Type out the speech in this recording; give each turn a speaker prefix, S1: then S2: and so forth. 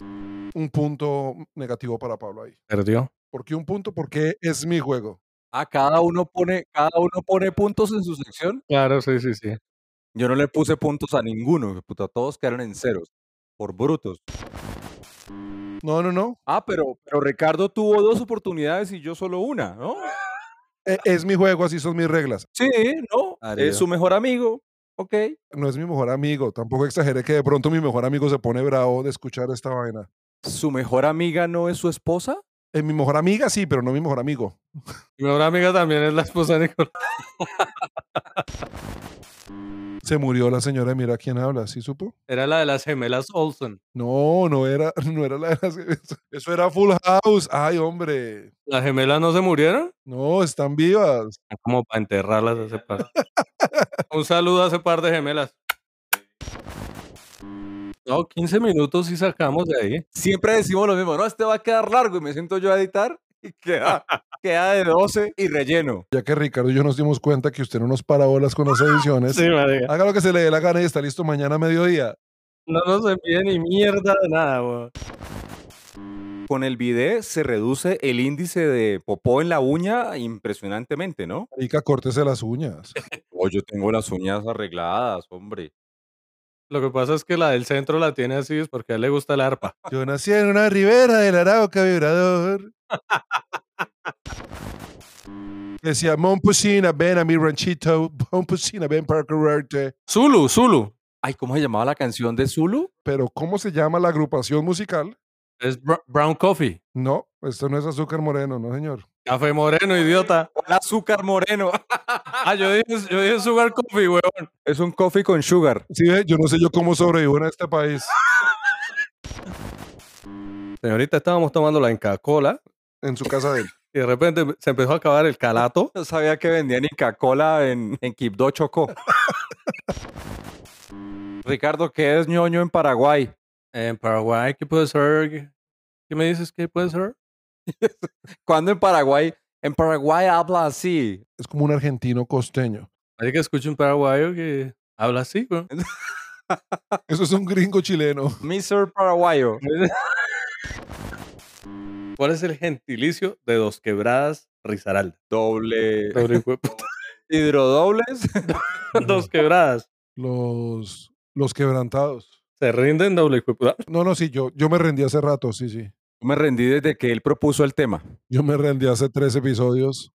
S1: un punto negativo para Pablo ahí.
S2: Perdió.
S1: ¿Por qué un punto? Porque es mi juego.
S3: Ah, cada uno pone, cada uno pone puntos en su sección.
S2: Claro, sí, sí, sí.
S3: Yo no le puse puntos a ninguno, hijo de puta, todos quedaron en ceros, por brutos.
S1: No, no, no.
S3: Ah, pero, pero Ricardo tuvo dos oportunidades y yo solo una, ¿no?
S1: E- Es mi juego, así son mis reglas.
S3: Sí, no.
S2: Ariel.
S3: Es su mejor amigo. Ok.
S1: No es mi mejor amigo. Tampoco exageré que de pronto mi mejor amigo se pone bravo de escuchar esta vaina.
S3: ¿Su mejor amiga no es su esposa?
S1: Eh, mi mejor amiga sí, pero no mi mejor amigo.
S2: Mi mejor amiga también es la esposa de Nicolás.
S1: Se murió la señora, mira quién habla, ¿sí supo?
S2: Era la de las gemelas Olsen.
S1: No, no era, no era la de las... Eso, eso era Full House. Ay, hombre.
S2: ¿Las gemelas no se murieron?
S1: No, están vivas.
S2: Ah, Como para enterrarlas a ese par. Un saludo a ese par de gemelas. No, 15 minutos y sacamos de ahí.
S3: Siempre decimos lo mismo, no, este va a quedar largo y me siento yo a editar y queda, queda de 12 y relleno.
S1: Ya que Ricardo y yo nos dimos cuenta que usted no nos para bolas con las ediciones.
S2: marica.
S1: Haga lo que se le dé la gana y está listo mañana a mediodía.
S2: No nos envíe ni mierda de nada, weón.
S3: Con el bidet se reduce el índice de popó en la uña impresionantemente, ¿no?
S1: Marica, córtese las uñas.
S3: Oh, yo tengo las uñas arregladas, hombre.
S2: Lo que pasa es que la del centro la tiene así, es porque a él le gusta el arpa.
S1: Yo nací en una ribera del Arauca vibrador. Decía, Monpucina, ven a mi ranchito. Monpucina, ven para curarte.
S2: Zulu, Zulu.
S3: Ay, ¿cómo se llamaba la canción de Zulu?
S1: Pero, ¿cómo se llama la agrupación musical?
S2: Es br- brown coffee.
S1: No, esto no es azúcar moreno, no, señor.
S2: Café moreno, idiota.
S3: El azúcar moreno.
S2: Ah, yo dije, yo dije sugar coffee, weón.
S3: Es un coffee con sugar.
S1: Sí, ve, yo no sé yo cómo sobrevivo en este país.
S2: Señorita, estábamos tomándola en Coca-Cola
S1: En su casa de él.
S2: y de repente se empezó a acabar el calato.
S3: No sabía que vendían Inca-Cola en, en Quibdó, Chocó. Ricardo, ¿qué es ñoño en Paraguay?
S2: En Paraguay, ¿qué puede ser? ¿Qué me dices que puede ser?
S3: ¿Cuándo en Paraguay? En Paraguay habla así.
S1: Es como un argentino costeño.
S2: Hay que escucho un paraguayo que habla así, weón.
S1: Eso es un gringo chileno.
S3: Mr. Paraguayo.
S2: ¿Cuál es el gentilicio de dos quebradas Rizaralda?
S3: Doble. Hidrodobles.
S2: dos quebradas.
S1: Los, los quebrantados.
S2: Se rinden doble hijueputa.
S1: No, no, sí, yo, yo me rendí hace rato, sí, sí.
S3: Me rendí desde que él propuso el tema.
S1: Yo me rendí hace tres episodios.